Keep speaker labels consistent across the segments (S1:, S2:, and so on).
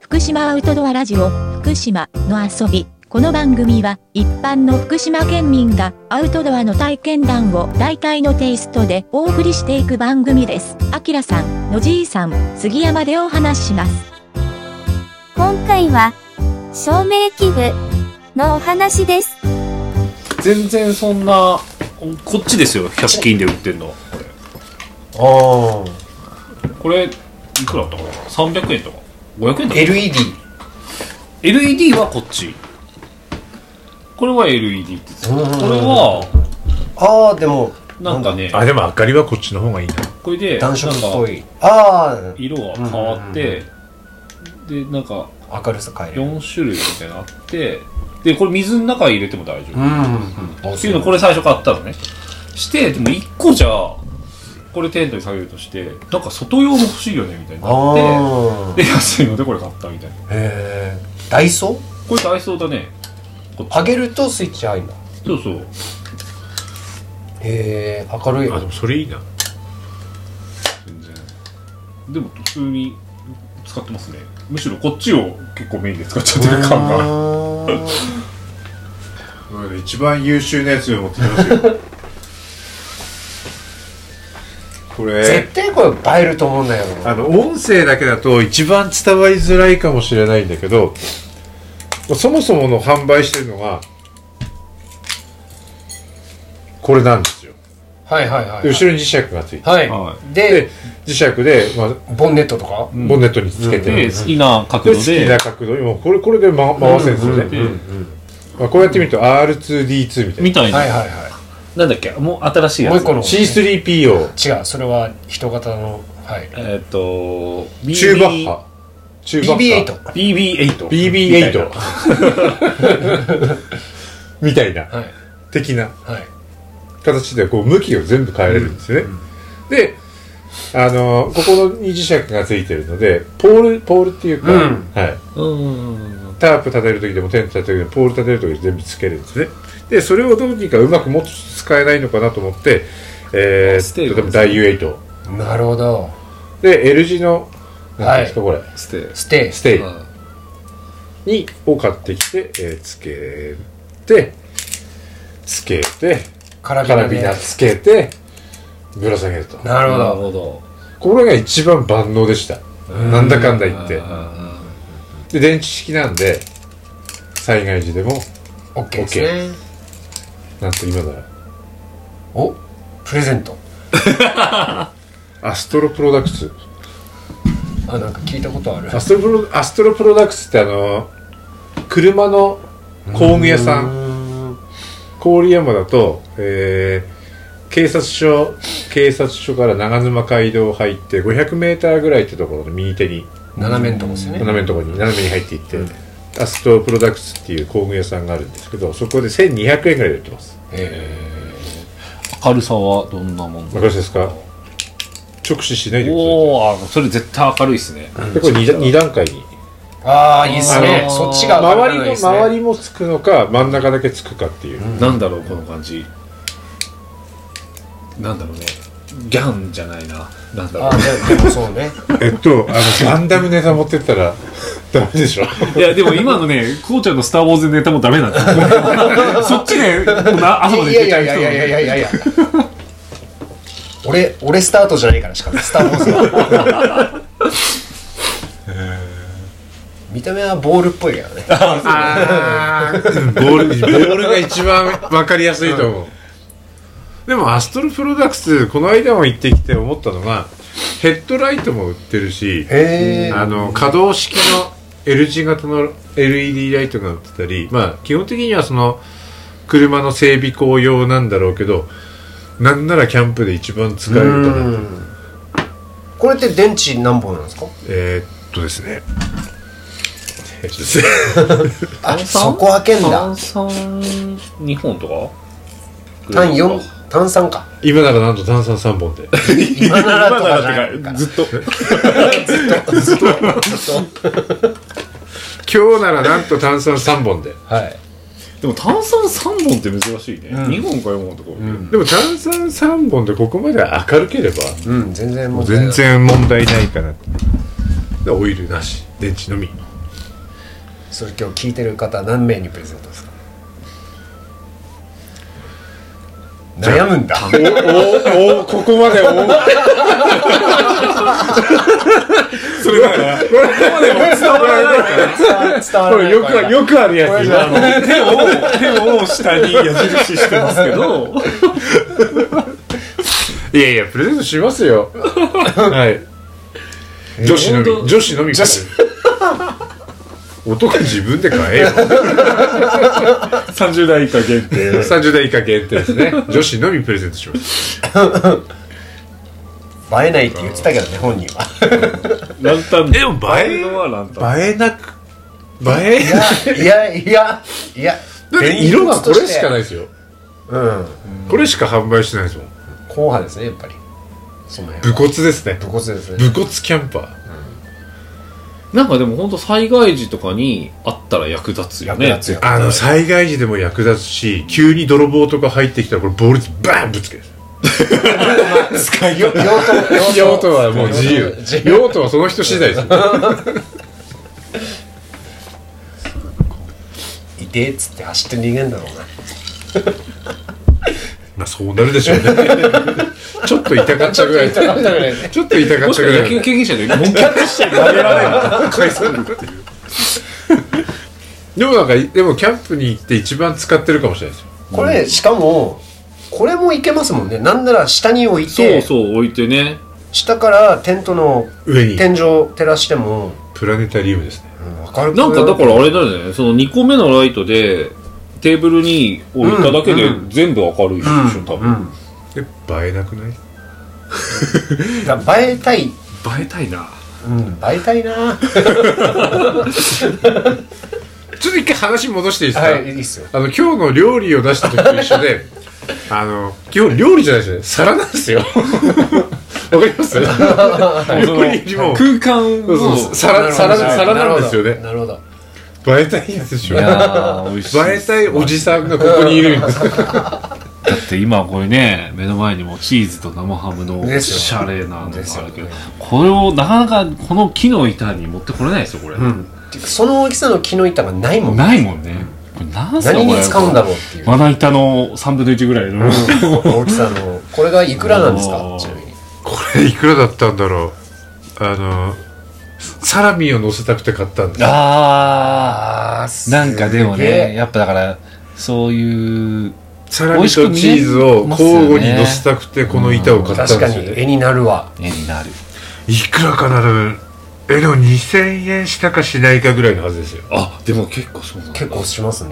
S1: 福島アウトドアラジオ福島の遊びこの番組は一般の福島県民がアウトドアの体験談を大体のテイストでお送りしていく番組ですあきらさんのじいさん杉山でお話しします
S2: 今回は、照明器具のお話です。
S3: 全然そんなこっちですよ100均で売ってんのはこ
S4: あ
S3: れこれいくらだったかな300円とか500円
S4: あ
S3: とか
S4: LED
S3: LED はこっちこれは LED って言ってたこれは
S4: ああでも
S3: なんかね
S5: あでも明かりはこっちの方がいいな
S3: これでなん
S4: 暖
S3: か
S4: 色っぽいあ
S3: 色が変わってでなんか
S4: あ明るさ変える
S3: 4種類みたいなのあってでこれ水の中入れても大丈夫
S4: うんうんうん
S3: っていうのこれ最初買ったのねしてでも1個じゃこれテントに下げるとしてなんか外用も欲しいよねみたいになって
S4: ああ
S3: で安いのでこれ買ったみたいな
S4: へえダイソー
S3: これダイソーだね
S4: 上げるとスイッチ入るんだ
S3: そうそう
S4: へえ明るい
S5: あでもそれいいな
S3: 全然でも普通に使ってますねむしろこっちを結構メインで使っちゃってる感が
S4: うーん
S5: 一番優秀なやつを持ってきますよ これ
S4: 絶対これ映えると思うんだよ
S5: あの音声だけだと一番伝わりづらいかもしれないんだけどそもそもの販売してるのがこれなんですよ
S4: はいはいはい
S5: で後ろに磁石がついて
S4: はい、
S3: は
S4: で
S5: で磁石で、まあ、
S4: ボンネットとか
S3: ん
S5: ボンネットにつけて、
S3: で
S5: で
S3: 好きな角度
S5: 好きな
S3: で
S5: 角度今これこれで、ま、回せるんですよね、
S3: で
S5: まあ、こうやって見ると R2D2 みたい
S3: み
S5: な
S3: たいな、
S4: はいはいは
S3: なんだっけもう新しい
S4: い
S3: やつ
S4: もう一個の
S5: C3PO
S4: 違うそれは人型のはい
S3: えーっ、と
S5: チューバッハチューバッハ
S4: BB8
S3: BB8
S5: BB8 みたいな
S4: はい
S5: 的な
S4: はい
S5: 形でこう向きを全部変えれるんですよね、であのここに磁石がついてるのでポールポールっていうか、
S4: うん
S5: はい、
S3: うん
S5: タープ立てる時でもテント立てる時でもポール立てる時で全部つけるんですねでそれをどうにかうまくもっと使えないのかなと思ってえ
S3: ステ
S5: ー
S3: ーブル
S5: と例えばダイユエイト
S4: なるほど
S5: で L 字の何ですか、これ
S3: ステー
S4: ステイ
S5: ステイ
S3: うん
S5: にを買ってきて、えーつけてつけて
S4: カ
S5: カ
S4: ラビナ
S5: ラ
S4: で
S5: ビナつけてぶら下げると
S4: なるほ
S3: なる
S4: ど
S3: ほど
S5: これが一番万能でしたなんだかんだ言ってで電池式なんで災害時でも
S4: オッケーですね
S5: なんと今なら
S4: おプレゼント
S5: アストロプロダクツ
S4: あなんか聞いたことある
S5: アストロプロアストロプロダクツってあの車の工具屋さん郡山だと、えー警察署警察署から長沼街道入って500メーターぐらいってところの右手に
S4: 斜めんとこですよね
S5: 斜めのところに斜めに入っていって、アストロプロダクツっていう工具屋さんがあるんですけどそこで1200円ぐらいで売ってます
S4: え
S3: 明るさはどんなもんだ
S5: わかりますか直視しないでくださ
S3: おおあそれ絶対明るいっすね、
S5: いでこれ 2, 段階に
S4: ーああいいっすね
S3: あのー
S4: そっちが
S5: 周り
S4: の
S5: の周りもつくのか真ん中だけつくかっていう、
S3: なんだろうこの感じなんだろうねギャンじゃないななんだろ
S4: あーででもそうね
S5: えっとあのガンダムネタ持ってったら ダメでしょ
S3: ういやでも今のねこうちゃんの「スター・ウォーズ」ネタもダメなん だそっちねな朝まで
S4: い
S3: い
S4: や
S3: け
S4: い
S3: ちゃ
S4: や
S3: う
S4: い
S3: 人
S4: やいやいやい
S3: な
S4: やいやいや俺俺スタートじゃないからしかもスター・ウォーズは見た目はボールっぽいけどね
S5: あーボールボールが一番わかりやすいと思う、でもアストロプロダクツこの間も行ってきて思ったのがヘッドライトも売ってるし
S4: へえ
S5: あの可動式の L 字型の LED ライトが売ってたりまあ基本的にはその車の整備工用なんだろうけどなんならキャンプで一番使えるかな
S4: これって電池何本なんですか
S5: えー、っとですねえっとですね
S4: あそこ開けんだ
S3: 炭酸2本とか
S4: 単4単3か
S5: 今ならなんと炭酸3本で
S4: 今ならとかじゃない
S3: 今ならずっと
S5: 今日ならなんと炭酸3本で
S4: はい
S3: でも炭酸3本って珍しいね、
S4: うん
S3: 2本か4本とか、
S5: でも炭酸3本でここまで明るければ
S4: うん全然もう
S5: 全然問題ないかなでオイルなし電池のみ
S4: それ今日聞いてる方何名にプレゼントですか悩むんだ
S5: おおここまでお
S3: それだからこれまでも伝わらないから
S4: 伝わ
S5: これよくよくあるやつ
S3: あの手を手を下に矢印してますけど
S5: いやいやプレゼントしますよ はい 女子の
S3: 本当
S5: み女子のみ男自分で買えよ
S3: 30代以下限定
S5: 30代以下限定ですね女子のみプレゼントします
S4: 映えないって言ってたけどね本人は
S3: ランタン
S5: でも映え
S3: るのはランタン
S5: 映えなく映えだ
S4: いやいやいや
S5: って色がこれしかない
S4: い
S5: ですよ
S4: うん
S5: これしか販売してないですもん
S4: 硬派ですねやっぱりその辺
S5: 武
S4: は
S5: 骨ですね
S4: 武骨ですね
S5: 武骨キャンパー
S3: なんかでも本当災害時とかにあったら役立つよね
S4: 役立つよ
S5: あの災害時でも役立つし急に泥棒とか入ってきたらこれボールバーンぶつ ける
S4: 使いよ用途
S5: 用途はもう 自由
S4: 自由
S5: 用途はその人次第です
S4: いてえっつって走って逃げんだろうな
S5: まあそうなるで しょうねちょっと痛かったぐらいちょっと痛かっ
S3: もしたか
S5: ぐ
S3: した
S5: らい
S3: ら野球経験者で本気出して投げられない
S5: 返さないっていうでもなんかでもキャンプに行って一番使ってるかもしれないですよ
S4: これしかもこれもいけますもんねなんなら下に置い
S3: そう
S4: て
S3: そう置いてね
S4: 下からテントの
S5: 上に
S4: 天井を照らしても、
S5: プラネタリウムですね
S4: うん、明るく
S3: なんかだからあれだよねその2個目のライトでテーブルに置いただけで
S4: うん
S3: 全部明るいでしょ、多
S4: う
S3: 分、
S4: ん
S5: え映えなくない
S4: だから映えたい、
S3: 映えたいな
S4: うん、映えたいな
S5: ちょっと一回話戻していいですか、
S4: はいいいっすよ
S5: あの今日の料理を出した時と一緒 であの基本料理じゃないですよね皿なん ですよわかります 料理よりも
S3: 空間
S5: そうそう
S3: を
S5: 皿皿
S4: なるほど
S5: 皿なんですよね
S4: なるほどなる
S5: 映えたいやつでしょ
S3: いやー美味しい
S5: 映えたいおじさんがここにいるんです
S3: だって今これね目の前にもチーズと生ハムのお
S4: ですよ
S3: しゃれなのがあるけど、
S4: です
S3: これをなかなかこの木の板に持ってこれないですよこれ、
S4: ほどうんてかその大きさの木の板がないもん
S3: ないもんねこれなんすかこ
S4: 何
S3: れ
S4: に使うんだろうって いう、
S3: まな板の3分の1ぐらいの、
S4: 大きさのこれがいくらなんです
S3: あ
S4: か
S3: ー
S4: ちなみに
S5: これいくらだったんだろうあのサラミを乗せたくて買ったんです
S3: あーなんかでも
S4: すげ
S3: ねやっぱだからそういう
S5: サラミとチーズを交互に乗せたくてこの板を買った
S4: 確
S5: んで
S4: か
S5: すよ
S4: に
S5: ね
S4: 絵になるわ
S3: 絵になる
S5: いくらかなるえでも2000円したかしないかぐらいのはずですよ
S3: あでも結構そうなんだ
S4: 結構しますね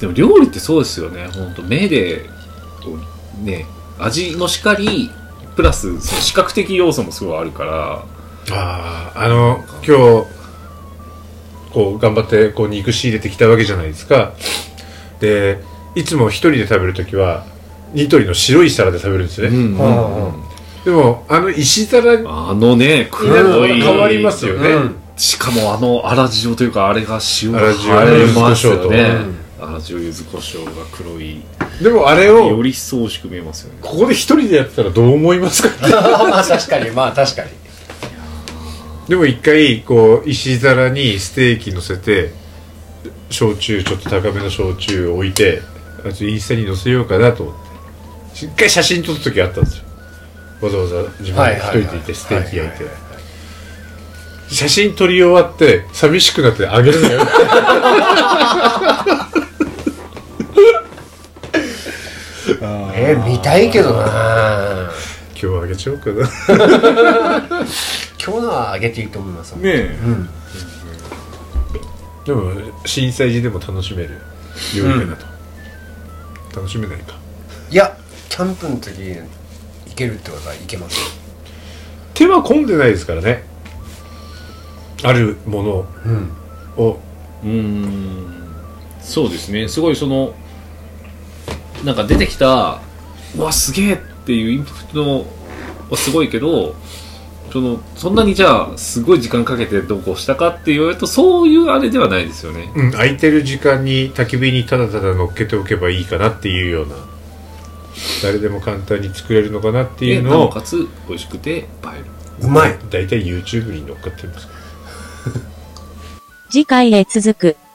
S3: でも料理ってそうですよね本当目でこうね味もしかりプラスその視覚的要素もすごいあるから
S5: あああの今日こう頑張ってこう肉仕入れてきたわけじゃないですかでいつも一人で食べるときはニトリの白い皿で食べるんですよね、
S4: うんうんうん
S5: でもあの石皿になる
S3: あのね
S5: と
S3: 黒い
S5: 変わりますよね、
S4: うん
S3: しかもあの粗塩というかあれが塩
S5: 粗塩
S3: あれますよね
S5: 柚
S3: 粗塩柚子胡椒が黒い
S5: でもあれを
S3: より一層美味しく見えますよね
S5: ここで一人でやってたらどう思いますか
S4: まあ確かにまあ確かに
S5: でも一回こう石皿にステーキ乗せて焼酎ちょっと高めの焼酎を置いてあちょっとインスタに載せようかなと思ってし一回写真撮った時あったんですよわざわざ自分で一人でいてステーキ焼いて写真撮り終わって寂しくなって あげるのよ
S4: えー見たいけどな
S5: 今日あげちゃおうかな
S4: 今日のはあげていいと思います
S3: ねえ
S4: うん
S5: でも震災時でも楽しめる料理かなと、楽しめないか
S4: いやキャンプの時に行けるってことはいけますよ
S5: 手は込んでないですからねあるもの
S4: うん
S5: を
S3: うーんそうですねすごいそのなんか出てきたうわすげえっていうインプットのはすごいけどそのそんなにじゃあすごい時間かけてどうこうしたかって言われるとそういうあれではないですよね
S5: うん、空いてる時間に焚き火にただただ乗っけておけばいいかなっていうような誰でも簡単に作れるのかなってい
S3: で
S5: う
S3: な
S5: の
S3: お
S5: を
S3: かつ美味しくて映える
S4: うまいう
S5: 大体 YouTube に乗っかってます
S1: 次回へ続く。